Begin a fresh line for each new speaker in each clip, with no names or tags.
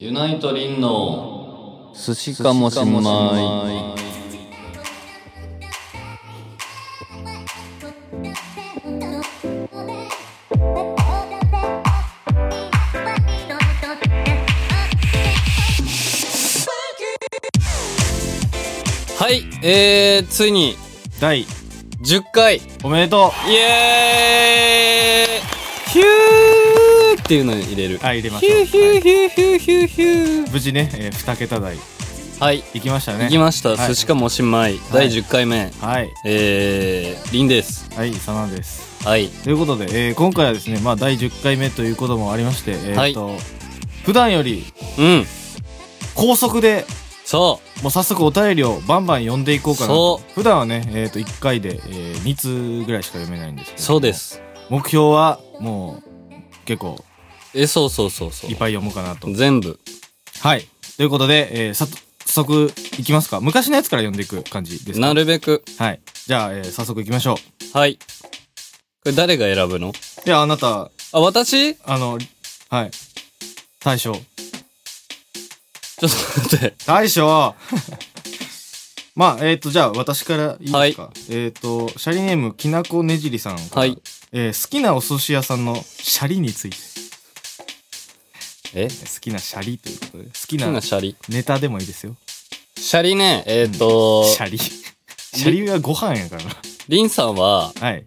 ユナイトリンの寿司かもしれない
はい、えー、ついに
第
10回イ
おめでと
エーイヒューっていうのに入れる。
うあ入れま
ヒ
しょ
ュー
う
ヒューヒューヒューヒューヒュー。
無事ね、えー、2桁台
はい、
行きましたね
行きました。
はい
寿司かもしんまい。第10回目。
はい
えー、リンです。
はいサナです
はい。
ということで、えー、今回はですねまあ第10回目ということもありましてえーっと、普段より
うん。
高速で
そ
もう早速お便りをバンバン読んでいこうかな
そ
普段はね、えー、と1回で、え2通ぐらいしか読めないんですけ
う、
ど
そうです。
目標はもう結構
え、そうそうそうそ
いっぱい読もうかなと
う。全部。
はいということで、えー、さ早速いきますか昔のやつから読んでいく感じですか
なるべく。
はいじゃあ、えー早速いきましょう
はい。これ誰が選ぶの
いや、あなた、
あ、私ち
あの、はい。大将。
ょっと待って。
大将まあ、えっ、と、じゃあ、私からいいですか。えっ、と、シャリネーム、きなこねじりさんから。
はい。
えー好きなお寿司屋さんのシャリについて。
え
好きなシャリということで。好き
好き
な
なシャリ。
ネタでもいいですよ。
シャリね、えっ、と、
シャリ。シャリ はご飯やからな。
リンさんは、
はい。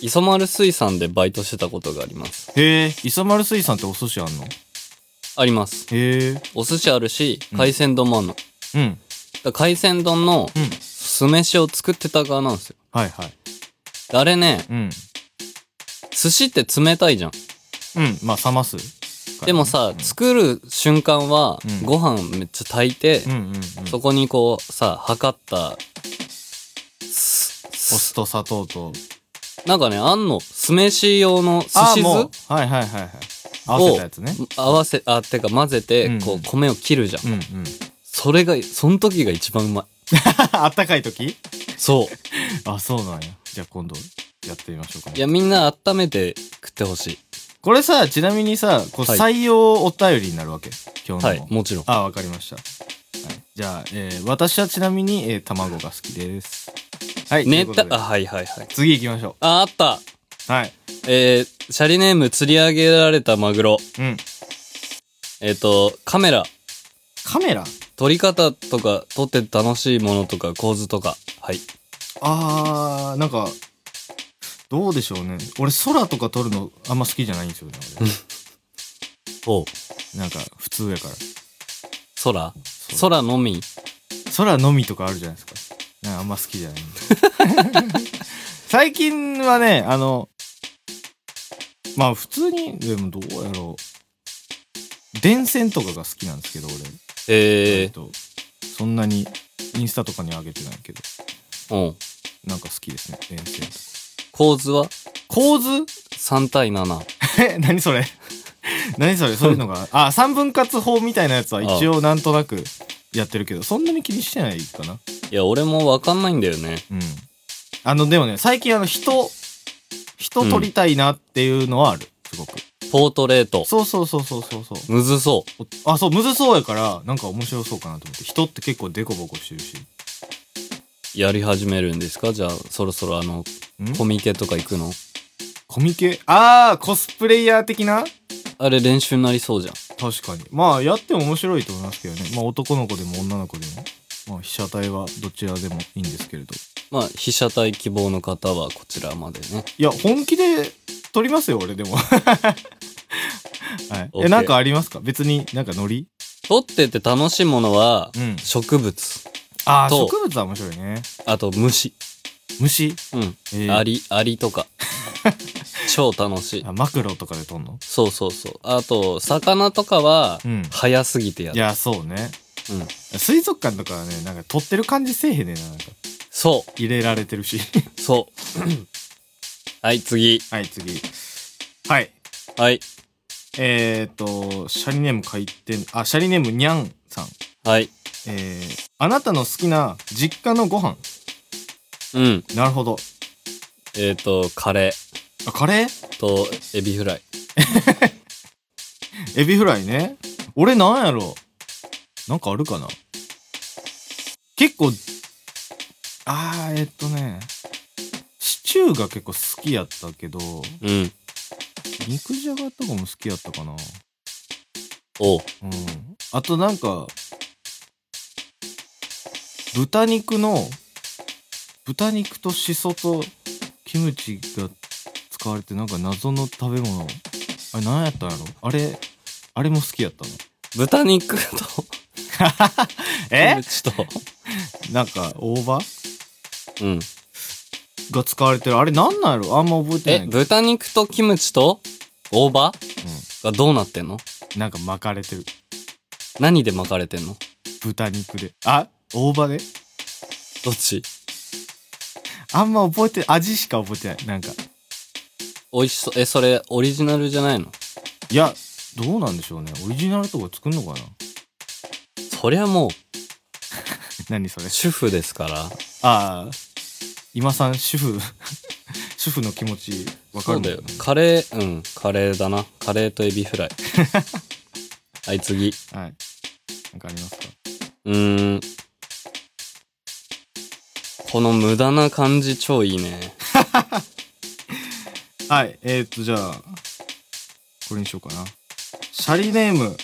磯丸水産でバイトしてたことがあります。
へえ、磯丸水産ってお寿司あんの
あります。
へえ。
お寿司あるし、海鮮丼もあるの。だか
うん。
ら海鮮丼の
うん。
酢飯を作ってた側なんですよ。
はいはい。
であれね、
うん。
寿司って冷たいじゃん。
うん。まあ、冷ます。
でもさ、作る瞬間は
うん、
ご飯めっちゃ炊いて、
うんうんうん。
そこにこう、さ、測った、すす
お酢と砂糖と
なんかね、あんの、酢飯用の寿
あ
司
もう
酢
はいはいはいはい合わせたやつね
合わせ、あ、てか混ぜて
うん、
こう、米を切るじゃん。
うんうん
それが、その時が一番うま
あったかい時
い。そう。
あそうなんやじゃあ今度やってみましょうか
いや、みんな温めて食ってほしい。
これさちなみにさこう
はい
採用お便りになるわけ、今日の、
はい、もちろん。
あわかりました、はい、じゃあ、えー私はちなみに、えー卵が好きですはい
ネ
というこ
タ
と、で
あ、はいはいはい。
次行きましょ
あ、あった。
うはい
えー、シャリネーム釣り上げられたマグロ。
うん
えっ、と、カメラ。
カメラ
撮り方とか、撮ってて楽しいものとか、構図とか。はい。
あーなんかどうでしょうね俺空とか撮るのあんま好きじゃないんですよね俺
お
なんか普通やから
空空のみ
空のみとかあるじゃないですか。なんかあんま好 きじゃない。最近はね、あの、まあ普通に、でもどうやろう。電線とかが好きなんですけど、俺。
え
とそんなにインスタとかには上げてないけど、
ー、うん。
なんか好きですね、電線とか。
構図は
構図
?3 対7。
え、何それ 何それそういうのが。あ、三分割法みたいなやつは一応なんとなくやってるけど、そんなに気にしてないかな。
いや、俺もわかんないんだよね。
うん。あの、でもね、最近あの、人、人撮りたいなっていうのはある。すごく。
ポートレート。
そうそうそうそうそうそう。
むずそ
あ、そう、むずそうやから、なんか面白そうかなと思って。人って結構デコボコしてるし。
う。やり始めるんですかじゃあ、そろそろあの、
ん
コミケとか行くの
コミケあー、コスプレイヤー的な
あれ練習になりそうじゃん。
確かに。まあ、やっても面白いと思いますけどね。まあ、男の子でも女の子でも。まあ、被写体はどちらでもいいんですけれど。
まあ、被写体希望の方はこちらまでね。
いや、本気で撮りますよ、俺でも。 はい。
OK
え、なんかありますか別になんかノリ
撮ってて楽しいものは
う、ん。
植物、
あー、
と
植物は面白いね。
あと虫、
虫
うん、
え
アリ、アリと か。超楽しい。
あマクロとかで撮んの
そうそうそう。あと、魚とかは
うん、
早すぎてや
い
る。
やそうね
うん。
水族館とかはねなんか撮ってる感じせえへんねんななんか
そ
入れられてるし
う、そう。 はい、次。
はい次はい
はい、
えー、っとシャリネーム回転あシャリネームにゃんさん
はい。
えー、あなたの好きな実家のご飯
うん。
なるほど
えっ、と、カレ
あカレー
ーとエビフライ。
エビフライね俺なんやろなんかあるかな結構、あー、えっとね、シチューが結構好きやったけど、
うん。
肉じゃがとかも好きやったかな。
おう。
うん。あとなんか、豚肉の、豚肉とシソとキムチが使われてなんか謎の食べ物。あれ何やったんやろあれ、あれも好きやったの。
豚肉と、キムチと、
なんか大葉
うん。
が使われてる。あれなんなんやろあんま覚えて
え、
ないけど。
豚肉とキムチと、大葉がどうなってんの
うん。なんか巻かれてる。
何で巻かれてんの
豚肉で。あ大葉で
どっち
あんま覚えて、味しか覚えてない。なんか。
美味しそう。え、それ、オリジナルじゃないの
いや、どうなんでしょうね。オリジナルとか作んのかな
そりゃもう、
何それ
主婦ですから。
ああ今さん主婦 主婦の気持ちわ
そ
かる
うんだよ
ね。
カレー、うん、カレーだな。カレーとエビフライ。はい、次。
はいなんかありますか
うーん。この無駄な感じ超いいね。
はいえー、っとじゃあこれにしようかなシャリネーム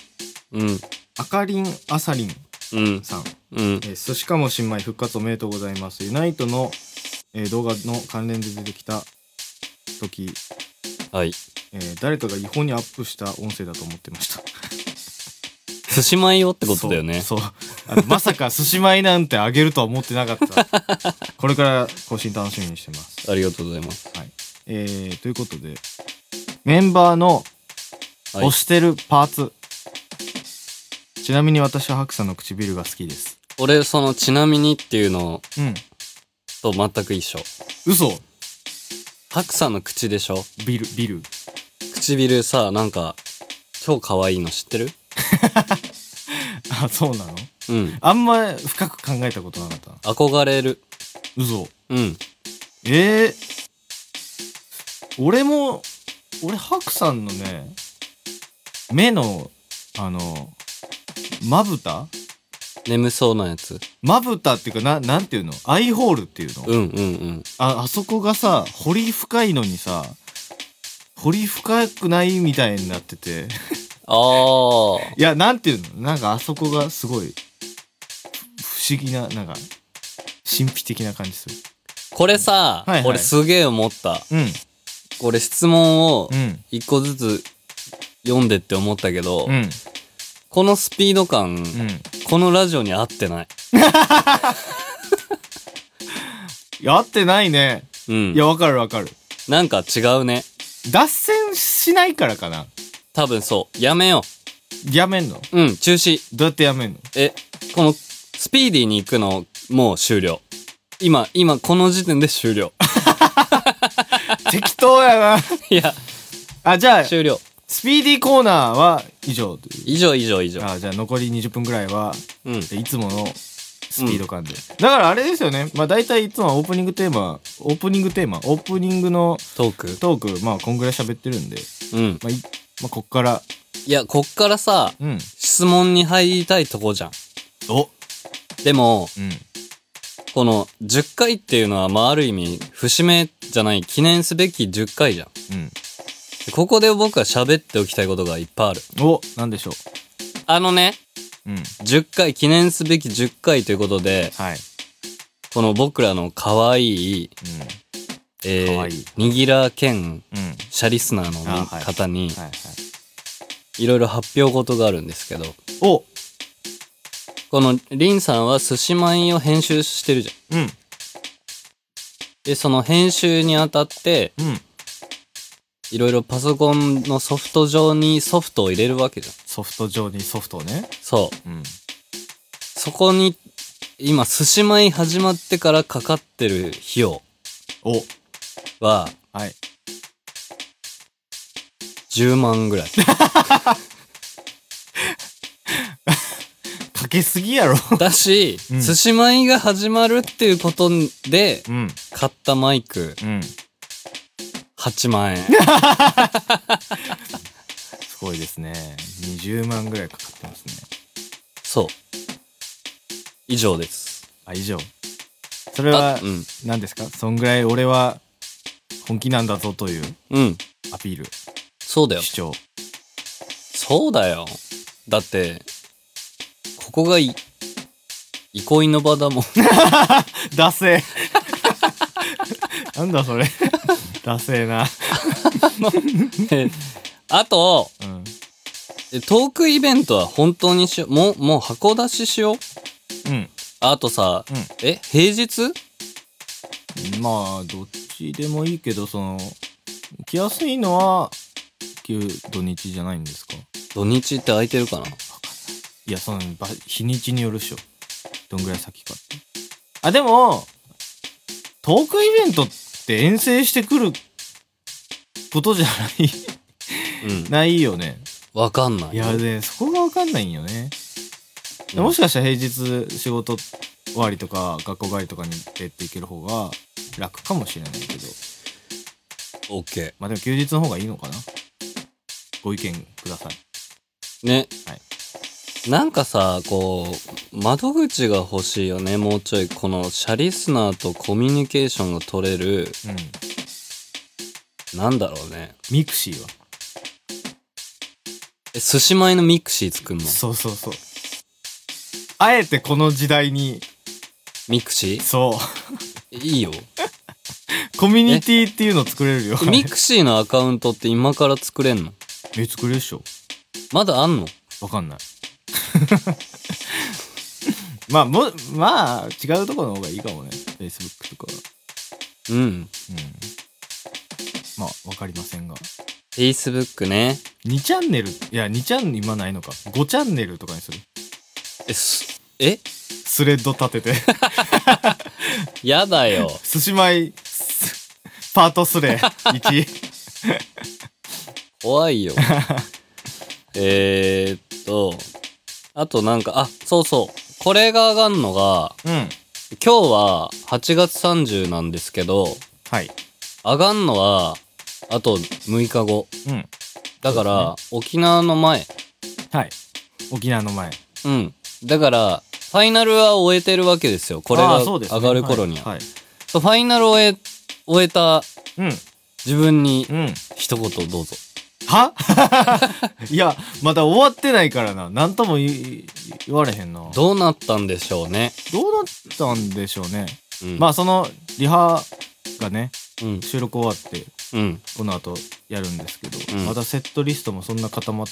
うん、
あかりんあさりん
うん、
さん、
うん
え。ー、寿司かも新米復活おめでとうございますユナイトの、えー動画の関連で出てきた時、
はい。
えー誰かが違法にアップした音声だと思ってました
寿司米よってことだよね。
そうそうあのまさか寿司米なんてあげるとは思ってな かったこれから更新楽しみにしてます、
ありがとうございます。
はいえー、ということでメンバーの
はい
押してるパーツ、ちなみに私は白さんの唇が好きです
俺、その、ちなみにっていうの
うん
と全く一緒。
嘘
白さんの口でしょ
ビルビル
唇さ、なんか、超可愛いの知ってる
あそうなの
うん。
あんま深く考えたことなかったな
憧れる。
嘘
うん。
えー、俺も俺白さんのね目のあのまぶた
眠そうなやつ。
まぶたっていうかななんていうのアイホールっていうの、
うんうんうん。
ああそこがさ彫り深いのにさ彫り深くないみたいになってて
ああ。
いやなんていうのなんかあそこがすごいふ不思議ななんか神秘的な感じする
これさ、
はいはい
俺すげえ思った。
うん
俺質問を
うん
一個ずつ読んでって思ったけど、
うん
このスピード感、
うん
このラジオに合ってない。
いや合ってないね
うん
い。やわかるわかる
なんか違うね。
脱線しないからかな
多分そう。やめよ
やめんの
う。うん、中止。
どうやってやめんの
え、この、スピーディーに行くの、もう終了。今、今、この時点で終了。
適当やな
いや、
あじゃあ
終了。
スピーディーコーナーは以上という
以上、以上、以上。
あじゃあ残り20分ぐらいは
うん。
いつものスピード感で、だからあれですよねまあ大体いつもはオープニングテーマオープニングテーマオープニングの
トーク。
トークまあこんぐらい喋ってるんで、
うん。
まあいまあこっから
いや、こっからさ、
うん
質問に入りたいとこじゃん。
お
でも、
うん
この10回っていうのは、まあ、ある意味、節目じゃない、記念すべき10回じゃん。
うん
でここで僕は喋っておきたいことがいっぱいある。
おなんでしょ
あのね、
ううん
10回、記念すべき10回ということで、
はい
この僕らの可愛い、え
可愛い
ー、ニギラ兼
うんうん
シャリスナーの
あ
み
はい
方に、
はいはい
いろいろ発表事があるんですけど、
お
このリンさんは寿司米を編集してるじゃん。
うん
で、その編集にあたって、
うん
いろいろパソコンのソフト上にソフトを入れるわけじゃん。
ソフト上にソフトをね
そう。
うん
そこに、今、寿司米始まってからかかってる費用
お
は、
はい
10万ぐ らい。
かけすぎやろ
だし、
うん
寿司米が始まるっていうことで、
うん
買ったマイク
うん
8万円。
すごいですね20万ぐらいかかってますね
そう。以上です。
あ以上それは
あうん。
何ですかそんぐらい俺は本気なんだぞという
うん。
アピール
そうだよ。
主張
そうだよ。だって、ここがい、憩いの場だもん。
ダセえ なんだそれダセえ な、
あと、
うん、
えトークイベントは本当にしよう。もう、もう箱出ししよう。
うん
あとさ、
うん
え、平日
まあどっちでもいいけどその来やすいのは旧土日じゃないんですか
土日って空いてるかない
やそのば日にちによるっしょどんぐらい先かってあでもトークイベントって遠征してくることじゃない
うん。
ないよね
わかんない。
いやねそこが分かんないんよね、
うん
もしかしたら平日仕事終わりとか学校帰りとかに出ていける方が楽かもしれないけど
オッケ
まあでも休日の方がいいのかなご意見ください
ー。ね。
は
なんかさ、こう、窓口が欲しいよね、もうちょい。この、シャリスナーとコミュニケーションが取れる、
うん
なんだろうね。
ミクシーは
え、寿司前のミクシー作んの
そうそうそうあえてこの時代に
ミクシー
そう
いいよ。
コミュニティっていうの作れるよ。
えミクシーのアカウントって今から作れんの
え、作れるっしょ
まだあんの
わかんない。 まあ、も、まあ、違うところの方がいいかもね。Facebook とか。
うん。
うん。まあ、わかりませんが。
Facebook ね。
2チャンネル、いや、2チャンネル今ないのか。5チャンネルとかにする。
え、す、え
スレッド立 てて。
やだよ。
寿司米、すパートスレ1。
怖 いよ。えーっと、あとなんか、あ、そうそう。これが上がんのが、
うん。
今日は8月30なんですけど、
はい。
上がんのは、あと6日後。
うん。
だから、沖縄の前。
はい。沖縄の前。
うん。だから、ファイナルは終えてるわけですよ。これ
あ
が
ーそう
上
ですね
がる頃には。
はい。はい
そうファイナルを終え、終えた
うん。
自分に
うん。
一言どうぞ。
は いやまだ終わってないからな何とも言い言われへんなど
どうなったんでしょうね。
うなったんでしょうね、
うん。
まあそのリハがね
うん。
収録終わって
うん。
この後やるんですけど、
うん
まだセットリストもそんな固まっ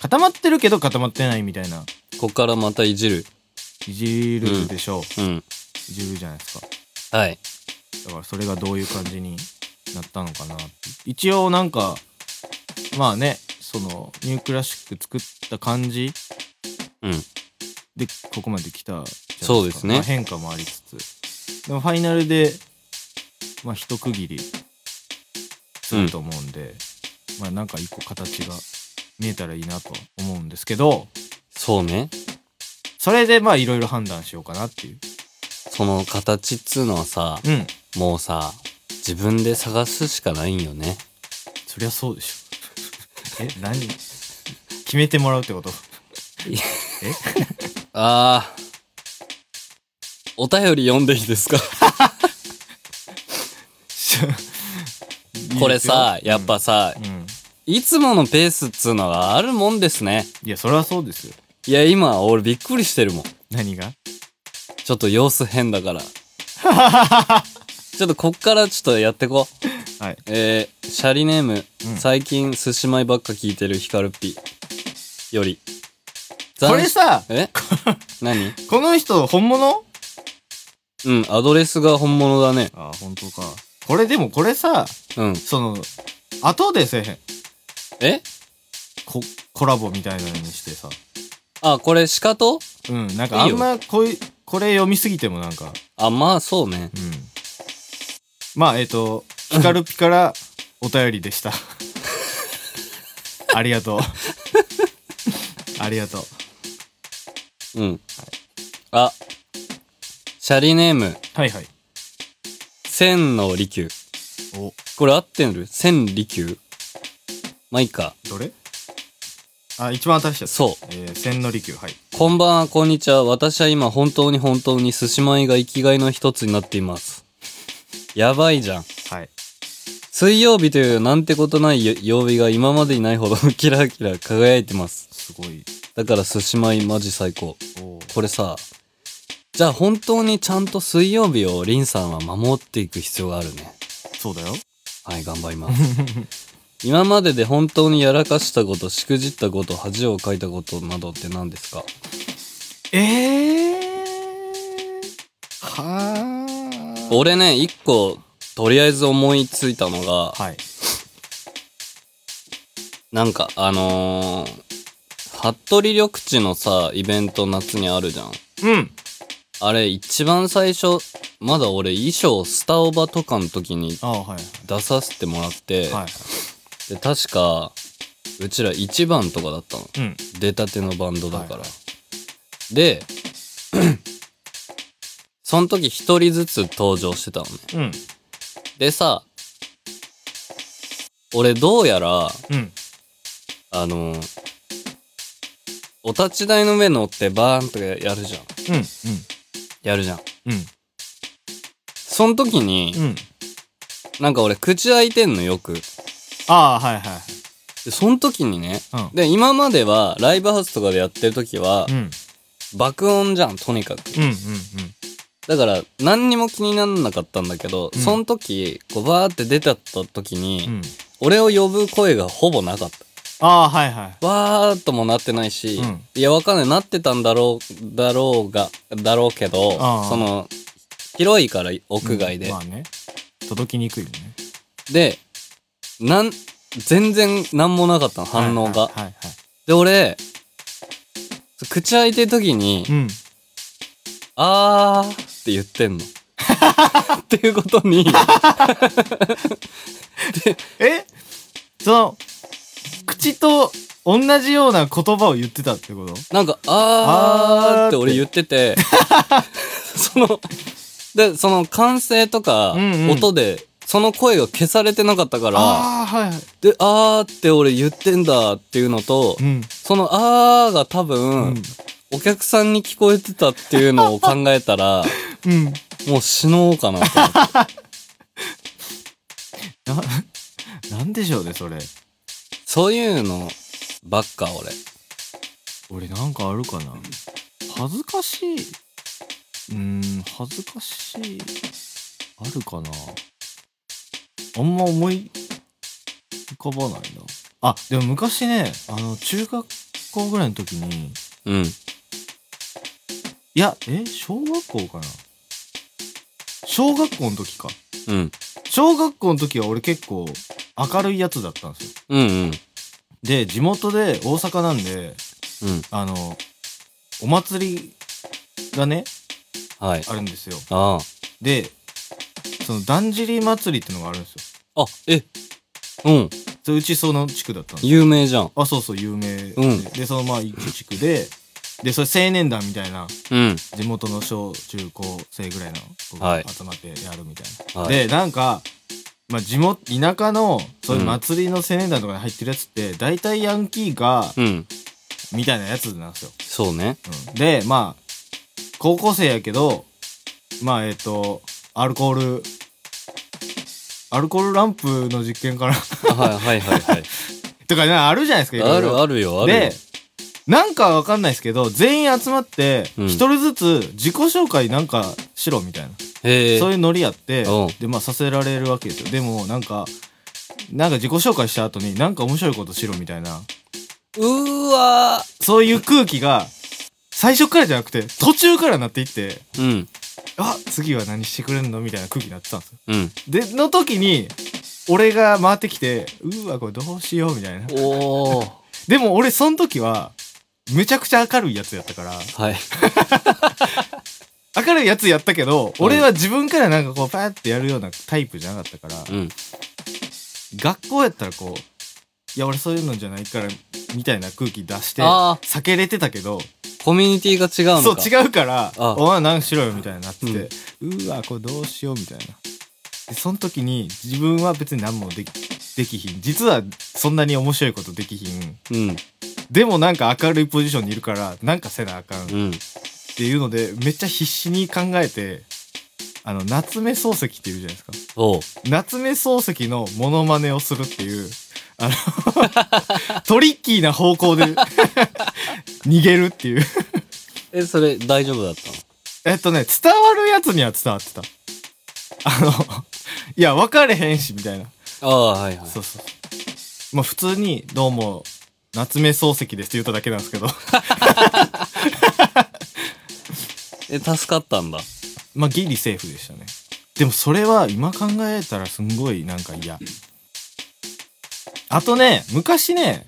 固まってるけど固まってないみたいな
こっからまたいじる。
いじるでしょう、
うん。
いじるじゃないですか
はい。
だからそれがどういう感じになったのかなって一応なんかまあねそのニュークラシック作った感じ
うん。
でここまで来たじゃないですか
そうですね
まあ変化もありつつでもファイナルで、まあ、一区切りすると思うんで、まあなんか一個形が見えたらいいなと思うんですけど
そうね。
それでまあいろいろ判断しようかなっていう
その形っつうのはさ、
うん
もうさ、自分で探すしかないんよね。
そりゃそうでしょえ何決めてもらうってこと
あー。お便り読んでいいですかこれさ、やっ、ぱさ
いい、ですようんうん
いつものペースっつうのがあるもんですね。
いやそりゃそうですよ
いや、今、俺びっくりしてるもん。
何が
ちょっと様子変だ から。ちょっとこっからちょっとやってこう。
はい
えー、シャリネーム、
うん
最近寿司米ばっか聞いてるヒカルピより。
これさ
斬 え何
この人本物
うん、アドレスが本物だね。
あー本当かこれでもこれさ
うん。
その後でせえへん
え
ココラボみたいなのにしてさ
あ、これ、しかと
うんなんかあんまこういうこれ読みすぎてもなんか
あ、まあ、そうね。
うんまあえっ、と「ヒカルピからお便りでした」 ありがとう ありがとう
うん。あ、シャリネーム、
はいはい
千の利休。
お
これ合ってる千利休まあ、いいか。
どれあ一番新しいやつ、
そう
えー、千利休はい
こんばんは、こんにちは。私は今本当に本当に寿司米が生きがいの一つになっています。やばいじゃん。
はい
水曜日というなんてことない曜日が今までにないほどキラキラ輝いてます。
すごい
だから寿司米マジ最高。
おー
これさ、じゃあ本当にちゃんと水曜日をリンさんは守っていく必要があるね。
そうだよ
はい、頑張ります。今までで本当にやらかしたこと、しくじったこと、恥をかいたことなどって何ですか
ええは
俺ね、一個、とりあえず思いついたのが、
あはい
なんか、あのー、服部緑地のさ、イベント夏にあるじゃん。
うん
あれ、一番最初、まだ俺、衣装、スタオバとかの時に
ああはい
出させてもらって、
はい、はい、
で、確か、うちら一番とかだったの。
うん
出たてのバンドだから。
は
で、 その時一人ずつ登場してたのね。
うん
でさ、俺どうやら、
うん
あの、お立ち台の上乗ってバーンとかやるじゃん。
うん
やるじゃん。
うんうん
その時に、
うん
なんか俺口開いてんのよく。
ああはいはい
で、その時にね、
うん
で、今まではライブハウスとかでやってる時は、
うん
爆音じゃん、とにかく。
うんうん
だから、何にも気になんなかったんだけど、
うん
その時、こうバーって出てった時に、
うんうん
俺を呼ぶ声がほぼなかった。
ああはいはい
わーっともなってないし、
うん
いや、わかんない。なってたんだろう、だろうが、だろうけど
あ、ー
その、広いから、屋外で。
うんまあね届きにくいよね
で、なん、全然なんもなかったの、反応が。
はいはいはいはい
で、俺、口開いてる時に、
うん
あーって言ってんの。 っていうことに、
えその口と同じような言葉を言ってたってこと
なんか、あーっ
あーってて
俺言ってて、 その、で、その歓声とか、
うんうん
音で、その声が消されてなかったから、
ああはいはい
で、あーって俺言ってんだっていうのと、
うん
そのあーが多分、
うん
お客さんに聞こえてたっていうのを考えた ら、
うん
もう死のうかなと思って。
ななんでしょうねそれ
そういうのばっか俺。
俺なんかあるかな恥ずかしいうーん恥ずかしいあるかなあんま思い浮かばないなあでも昔ねあの中学校ぐらいの時に
うん。
いやえ小学校かな小学校の時か
うん。
小学校の時は俺結構明るいやつだったんですよ
うんうん。
で地元で大阪なんで
うん。
あのお祭りがね
はい。
あるんですよ
あ
でそのだんじり祭りってのがあるんですよ
あ。あ、え。うん。
それうちその地区だったんですよ
有名じゃん。
あそうそう有名で,、
うん
でそのまあ一地区ででそれ青年団みたいな
うん。
地元の小中高生ぐらいの子
は
が
い
集まってやるみたいな、
はい
でなんか、まあ、地元田舎のそういう祭りの青年団とかに入ってるやつって、大体ヤンキーが、
うん。
みたいなやつなんですよ、
そうね。
うんでまあ高校生やけどまあえっ、とアルコールアルコールランプの実験から
はいはいはいはい。
とかねあるじゃないですかいろ
あ
いろ
るあるよ、あるよ。
でなんかわかんないですけど全員集まって
うん
一人ずつ自己紹介なんかしろみたいな、
へえ。
そういうノリやって
うん
でまあさせられるわけですよでもなんかなんか自己紹介した後になんか面白いことしろみたいな
うーわ
そういう空気が最初からじゃなくて途中からなっていって
ーうん。
あ次は何してくれんのみたいな空気になってたんですよ
うん。
での時に俺が回ってきてうーわこれどうしようみたいな
おー。
でも俺その時はめちゃくちゃ明るいやつやったから
はい。
明るいやつやったけど、
うん
俺は自分からなんかこうパーってやるようなタイプじゃなかったから、
うん。
学校やったらこういや俺そういうのじゃないからみたいな空気出して
あー
避けれてたけど
コミュニティが違うの
そう
か。
違うから
あ
お前なんかしろよみたいになってて、うーわこれどうしようみたいなでその時に自分は別に何もできできひん実はそんなに面白いことできひん
う。うん。
でもなんか明るいポジションにいるからなんかせなあかんっ
うん
ていうのでめっちゃ必死に考えてあの夏目漱石っているじゃないですか
おう
夏目漱石のモノマネをするっていうあ のトリッキーな方向で 逃げるっていう
えそれ大丈夫だったの
えっとね、伝わるやつには伝わってた。あの、いや、分かれへんし、みたいな。
ああはいはい
そうそう。まあ、普通に、どうも、夏目漱石ですって言っただけなんですけど。
え助かったんだ
まあ、ギリセーフでしたね。でも、それは今考えたらすんごい、なんか嫌。あとね、昔ね、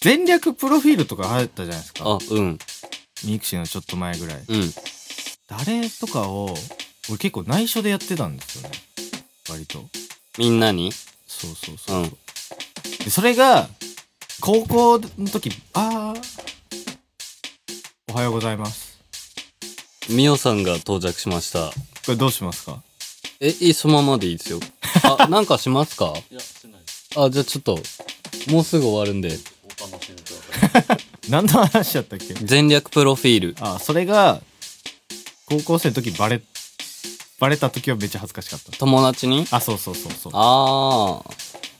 全略プロフィールとか流行ったじゃないですか。
あうん
ミクシーのちょっと前ぐらい。
うん
誰とかを、俺結構内緒でやってたんですよね。割と。
みんなに
そうそうそうう。
ん
でそれが高校の時あーおはようございます
ミオさんが到着しました
これどうしますか
えいいそのままでいいです よあなんかしますか
いや、してないです。
あじゃあちょっともうすぐ終わるんで
お楽しみください。
何の話だったっけ
全略プロフィール
あそれが高校生の時バレバレた時はめっちゃ恥ずかしかっ
友達に
たあそうそうそうそう
ああ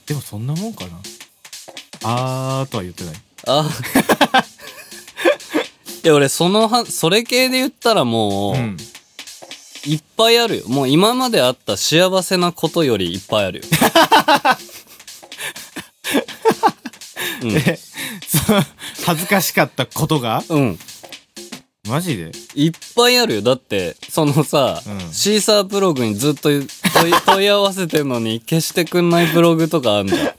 でもそんなもんかなあーとは言ってない
あ いや俺そのはそれ系で言ったらもう、
うん
いっぱいあるよもう今まであった幸せなことよりいっぱい あるよ
えそ恥ずかしかったことが
うん
マジで
いっぱいあるよだってそのさ、
うん
シーサーブログにずっと問い 問い合わせてんのに消してくんないブログとかあんじゃん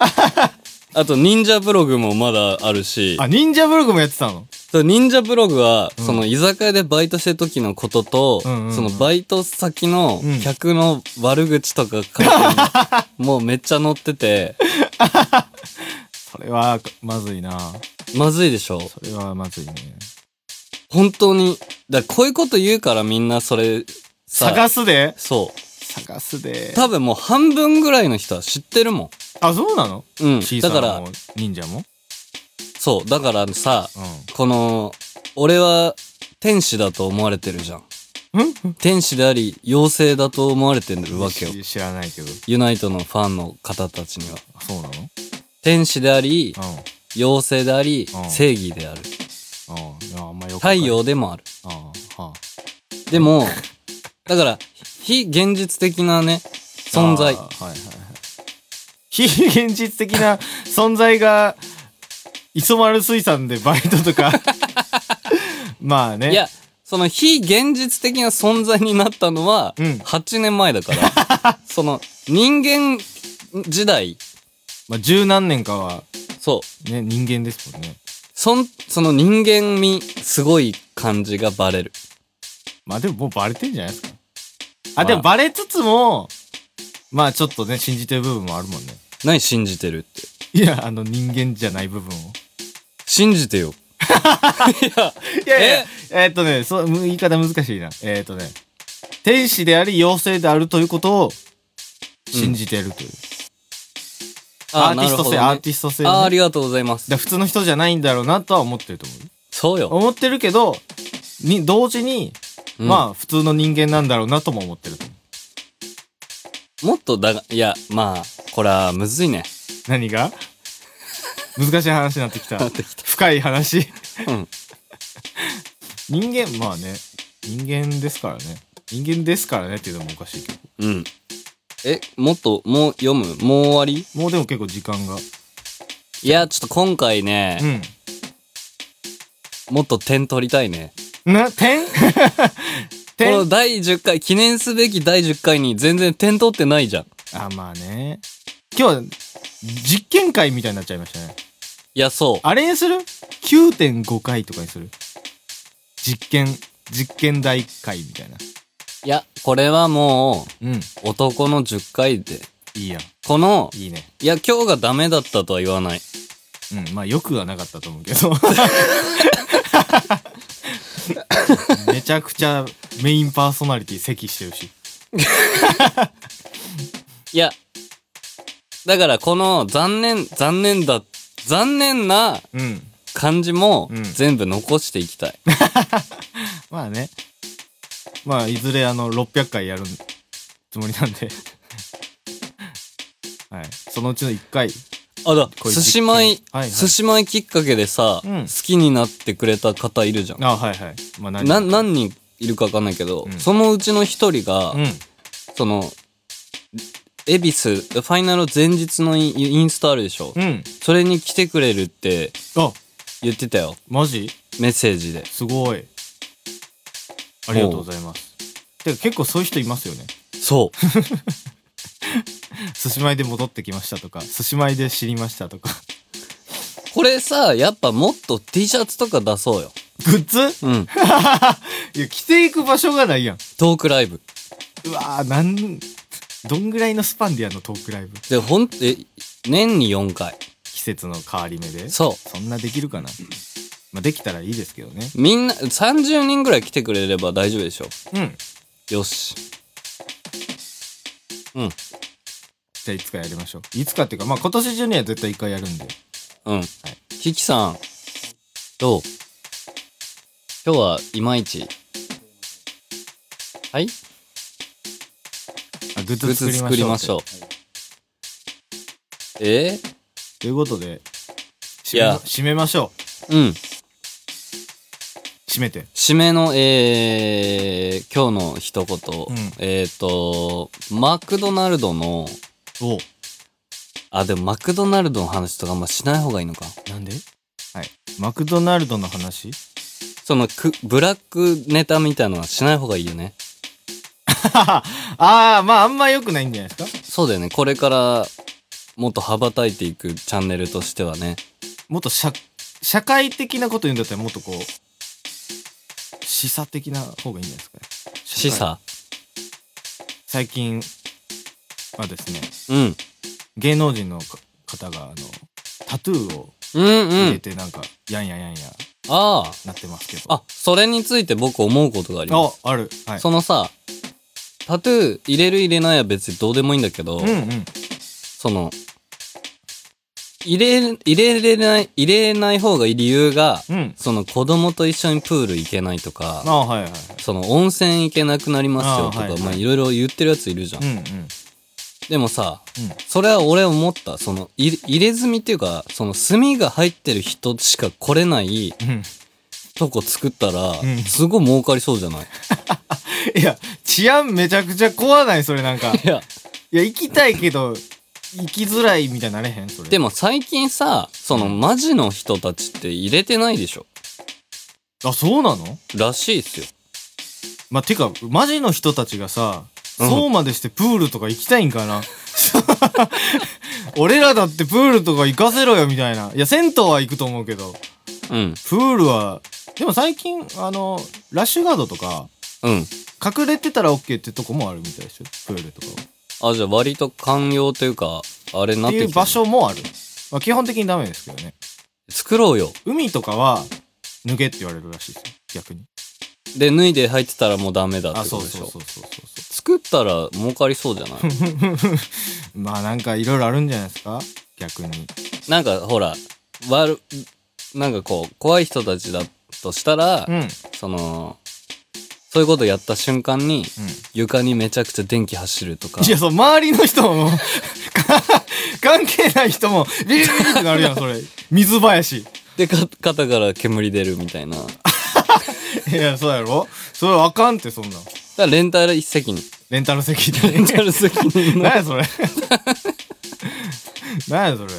あと忍者ブログもまだあるし
あ忍者ブログもやってたの
そう忍者ブログは、
うん
その居酒屋でバイトしてる時のことと、
うんうんうん
そのバイト先の
うん
客の悪口とか書いてる のもうめっちゃ載ってて、
それはまずいな
まずいでしょ
それはまずいね
本当に。だからこういうこと言うからみんなそれさ、
探すで
そ
探すで
う。多分もう半分ぐらいの人は知ってるも
あそうなの
ん。うん。
シーサ
だか
ー
ら
も、忍者も
そう。だからさ、
う
この、俺は天使だと思われてるじゃん。
んん
天使であり、妖精だと思われてるわけよ。
知らないけど
ユナイトのファンの方たちには。
あそうなの
天使であり、
う
妖精であり
う、ん
正義である。
んうんいやあんまよく
太
わかんない
陽でもある。
ああはあ
でも、だから、非現実的なね、存在
あ。はいはいはい非現実的 な存在が磯丸水産でバイトと かまあね
いや、その非現実的な存在になったのは、
うん
8年前だ から、その人間時代、
まあ、十何年かは
そう、
ね人間ですもんね
そんその人間味、すごい感じがバレる。
まあでももうバレてんじゃないですか
ま
あ
あ
でもバレつつもまあちょっとね信じてる部分もあるもんね
何信じてるって。
いやあの人間じゃない部分を
信じてよ。いや、
いやいや、えーっとね、そう、む言い方難しいな。えーっとね、天使であり妖精であるということを信じてるという。アーティスト性、アー
ィス
ティスト性
ト
ね、
あーありがとうございま
だ
す。
普通の人じゃないんだろうなとは思ってると
そう
思う。
よ。
思ってるけど、に、同時に、
うん
まあ、普通の人間なんだろうなとも思ってると思う。
もっとだが、いや、まあ、これはむずいね。
何 が難しい話になってきた
な。ってきた。
深い話。
うん。
人間、まあね、人間ですからね。人間ですからねっていうのもおかしいけど。
うん。え、もっと、もう読むもう終わり
もうでも結構時間が。
いや、ちょっと今回ね、
うん。
もっと点取りたいね。
な、点
こ
点
の第10回、記念すべき第10回に全然点取ってないじゃん。
あ、まあね。今日は、実験会みたいになっちゃいましたね。
いや、そう。
あれにする ?9.5 回とかにする実験、実験大会みたいな。
いや、これはも
うん。
う、男の10回で。
いいやん。
この、
いいね。
いや、今日がダメだったとは言わない。
うん。まあ、よくはなかったと思うけど。 めちゃくちゃメインパーソナリティ席してるし。
いや、だからこの、残念、残念だ、残念な
うん
感じも
うん
全部残していき たい。
まあねまあいずれあの600回やるつもりなんではいそのうちの1回
あだ、
こういう
寿
実
司
験
米、
はいはい
寿司米きっかけでさ、
うん
好きになってくれた方いるじゃん。
あはいはいまあ何
な何人いるかわかんないけど、
うん
そのうちの一人が、
うん
その、恵比寿、ファイナル前日のインインスタあるでしょ、
うん
それに来てくれるって
あ
言ってたよ。
マジ
メッセージで。
すごいありがとうございますてか結構そういう人いますよね
そう。
寿司米で戻ってきましたとか寿司米で知りましたとか
これさ、やっぱもっと T シャツとか出そうよ。
グッズ
うん。
いや着ていく場所がないやん
トークライブ。
うわーなんどんぐらいのスパンでやんのトークライブ
で、ほん、え、年に4回。
季節の変わり目で
そ
そんなできるかな、まあ、できたらいいですけどね
う。みんな、30人ぐらい来てくれれば大丈夫でしょ。
うん
よし。
じゃあいつかやりましょういつかっていうかまあ今年中には絶対一回やるんで
うん。キキさん、どう今日はいまいち。はい
あグッ
グッ
ズ
ズ
作
作
り
り
ま
ま
し
し
ょう
ょう。え
ということで締
い
め
や
締めましょう
うん。
締めて
締めの、えー、今日の一言。
ん
えっ、ー、と、マクドナルドの、
お
あ、でもマクドナルドの話とかあんましない方がいいのか。
なんではいマクドナルドの話
そのく、ブラックネタみたいなのはしない方がいいよね。
ああまああんま良くないんじゃないですか
そうだよね。これから、もっと羽ばたいていくチャンネルとしてはね。
もっと社社会的なこと言うんだったらもっとこう示唆的な方がいいんじゃないですか
示
社会
唆。
最近はですね
うん。
芸能人のか方があのタトゥーを
うんう
入れ
ん。
てなんか、やんややんや
あ
なってますけど
あ。あ、それについて僕思うことがあります。
ああるはい
そのさ、タトゥー入れる入れないは別にどうでもいいんだけど、
うんうん
その、入れ、入れれない、入れない方がいい理由が、
うん
その子供と一緒にプール行けないとか、
あはいはいはい
その温泉行けなくなりますよとか、
あはいはい
まあいろいろ言ってるやついるじゃん。
うんうん
でもさ、
うん
それは俺思った、その、い入れ墨っていうか、その墨が入ってる人しか来れない
うん
とこ作ったら、
ん
すごい儲かりそうじゃない
いや治安めちゃくちゃ怖ないそれなんかい
いや、
や行きたいけど行きづらいみたいになれへんそれ
でも最近さ、そのマジの人たちって入れてないでしょ
あそうなの
らしいっすよ。
まあ、てかマジの人たちがさ、
うん
そうまでしてプールとか行きたいんかな 俺らだってプールとか行かせろよみたいないや銭湯は行くと思うけど
うん。
プールはでも最近あのラッシュガードとか
うん。
隠れてたら OK ってとこもあるみたいですよプールとかは
あ、じゃあ割と寛容というか、あれにな
っ
っててきて
い
る
う場所もある、まあ、基本的にダメですけどね
作ろうよ。
海とかは脱げって言われるらしいですよ逆に
で、脱いで入ってたらもうダメだっ
あ
て
そ
こ
う
とでし
そうそ
ょ
うそうそうそ
作ったら儲かりそうじゃない
うまあなんかいろいろあるんじゃないですか逆に
なんかほら、悪、なんかこう、怖い人たちだとしたら、
うんうん
その、そういうことやった瞬間に、床にめちゃくちゃ電気走るとか
い、や、そう、周りの人も、 か関係ない人も、ビリビリビリってなるやん、それ。水林。
で、か肩から煙出るみたいな。だか
いや、そうやろそれあかんって、そんなん。
らレンタル責任。
レンタル席
レンタ
で。
ル責任の
何やそれ。何やそれ。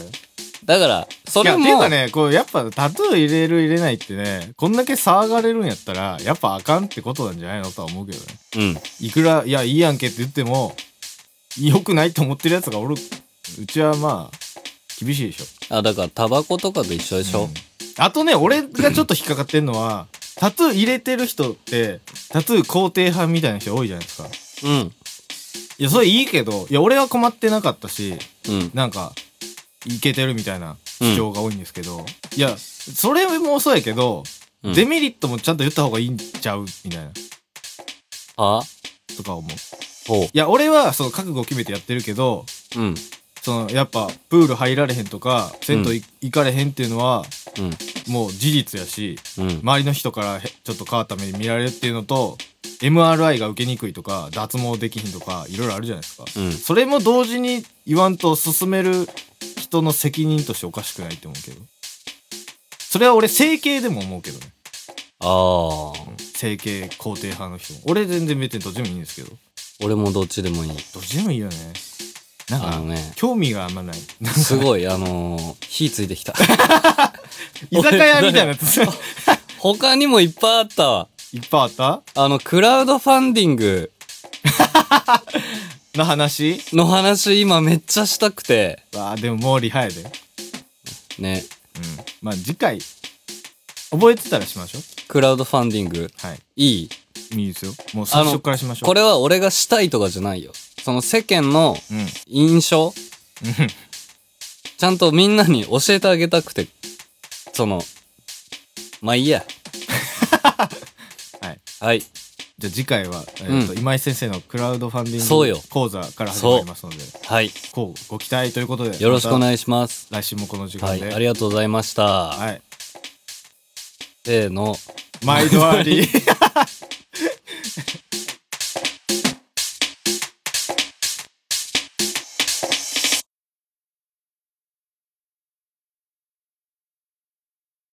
だから、そ
いや、
れ
ていう
も、
かね、こう、やっぱタトゥー入れる入れないってね、こんだけ騒がれるんやったら、やっぱあかんってことなんじゃないのとは思うけどね。
うん。
いくら、いや、いいやんけって言っても、良くないと思ってるやつがおる。うちはまあ、厳しいでしょ。
あ、だからタバコとかと一緒でしょ、
あとね俺がちょっと引っかかってんのはタトゥー入れてる人ってタトゥー肯定派みたいな人多いじゃないですか
うん。
いやそれいいけどいや俺は困ってなかったし
うん。
なんかいけてるみたいな主張が多いんですけど、いやそれもそうやけど、
うん
デメリットもちゃんと言った方がいいんちゃうみたいな
は
とか思うい
ほ
や俺はその覚悟を決めてやってるけど
う。うん。
そのやっぱプール入られへんとか銭湯い行かれへんっていうのはもう事実やし
うんうん
周りの人からへちょっと変わった目で見られるっていうのと MRI が受けにくいとか脱毛できひんとかいろいろあるじゃないですか
うん
それも同時に言わんと進める人の責任としておかしくないって思うけどそれは俺整形でも思うけどね
ああ
整形肯定派の人も俺全然別にどっちでもいいんですけど
俺もどっちでもいい
どっちでもいいよねなん
あ
か
のね
興味があ んまない
すごいあのー火ついてきた
居酒屋みたいなやつ いっ
他にもいっぱいあったわ
ぱいあった
あのクラウドファンディング
の話
の話今めっちゃしたくて
わあでももうリハやでうん
ね
まあ次回覚えてたらしましょう
クラウドファンディング
はい
いい
いいですよもう最初からしましょう
これは俺がしたいとかじゃないよその世間の
うんうん
印象ちゃんとみんなに教えてあげたくてそのまあいいや
はい
はい
じゃあ次回は、えーと
う
今井先生のクラウドファンデ
そう
ィ
よ
ング講座から始まりますので
はい
こうご期待ということで
よろしくお
ま
願いします
た来週もこの時
は
間
い
で、
ありがとうございました
はい
せーの
毎度あり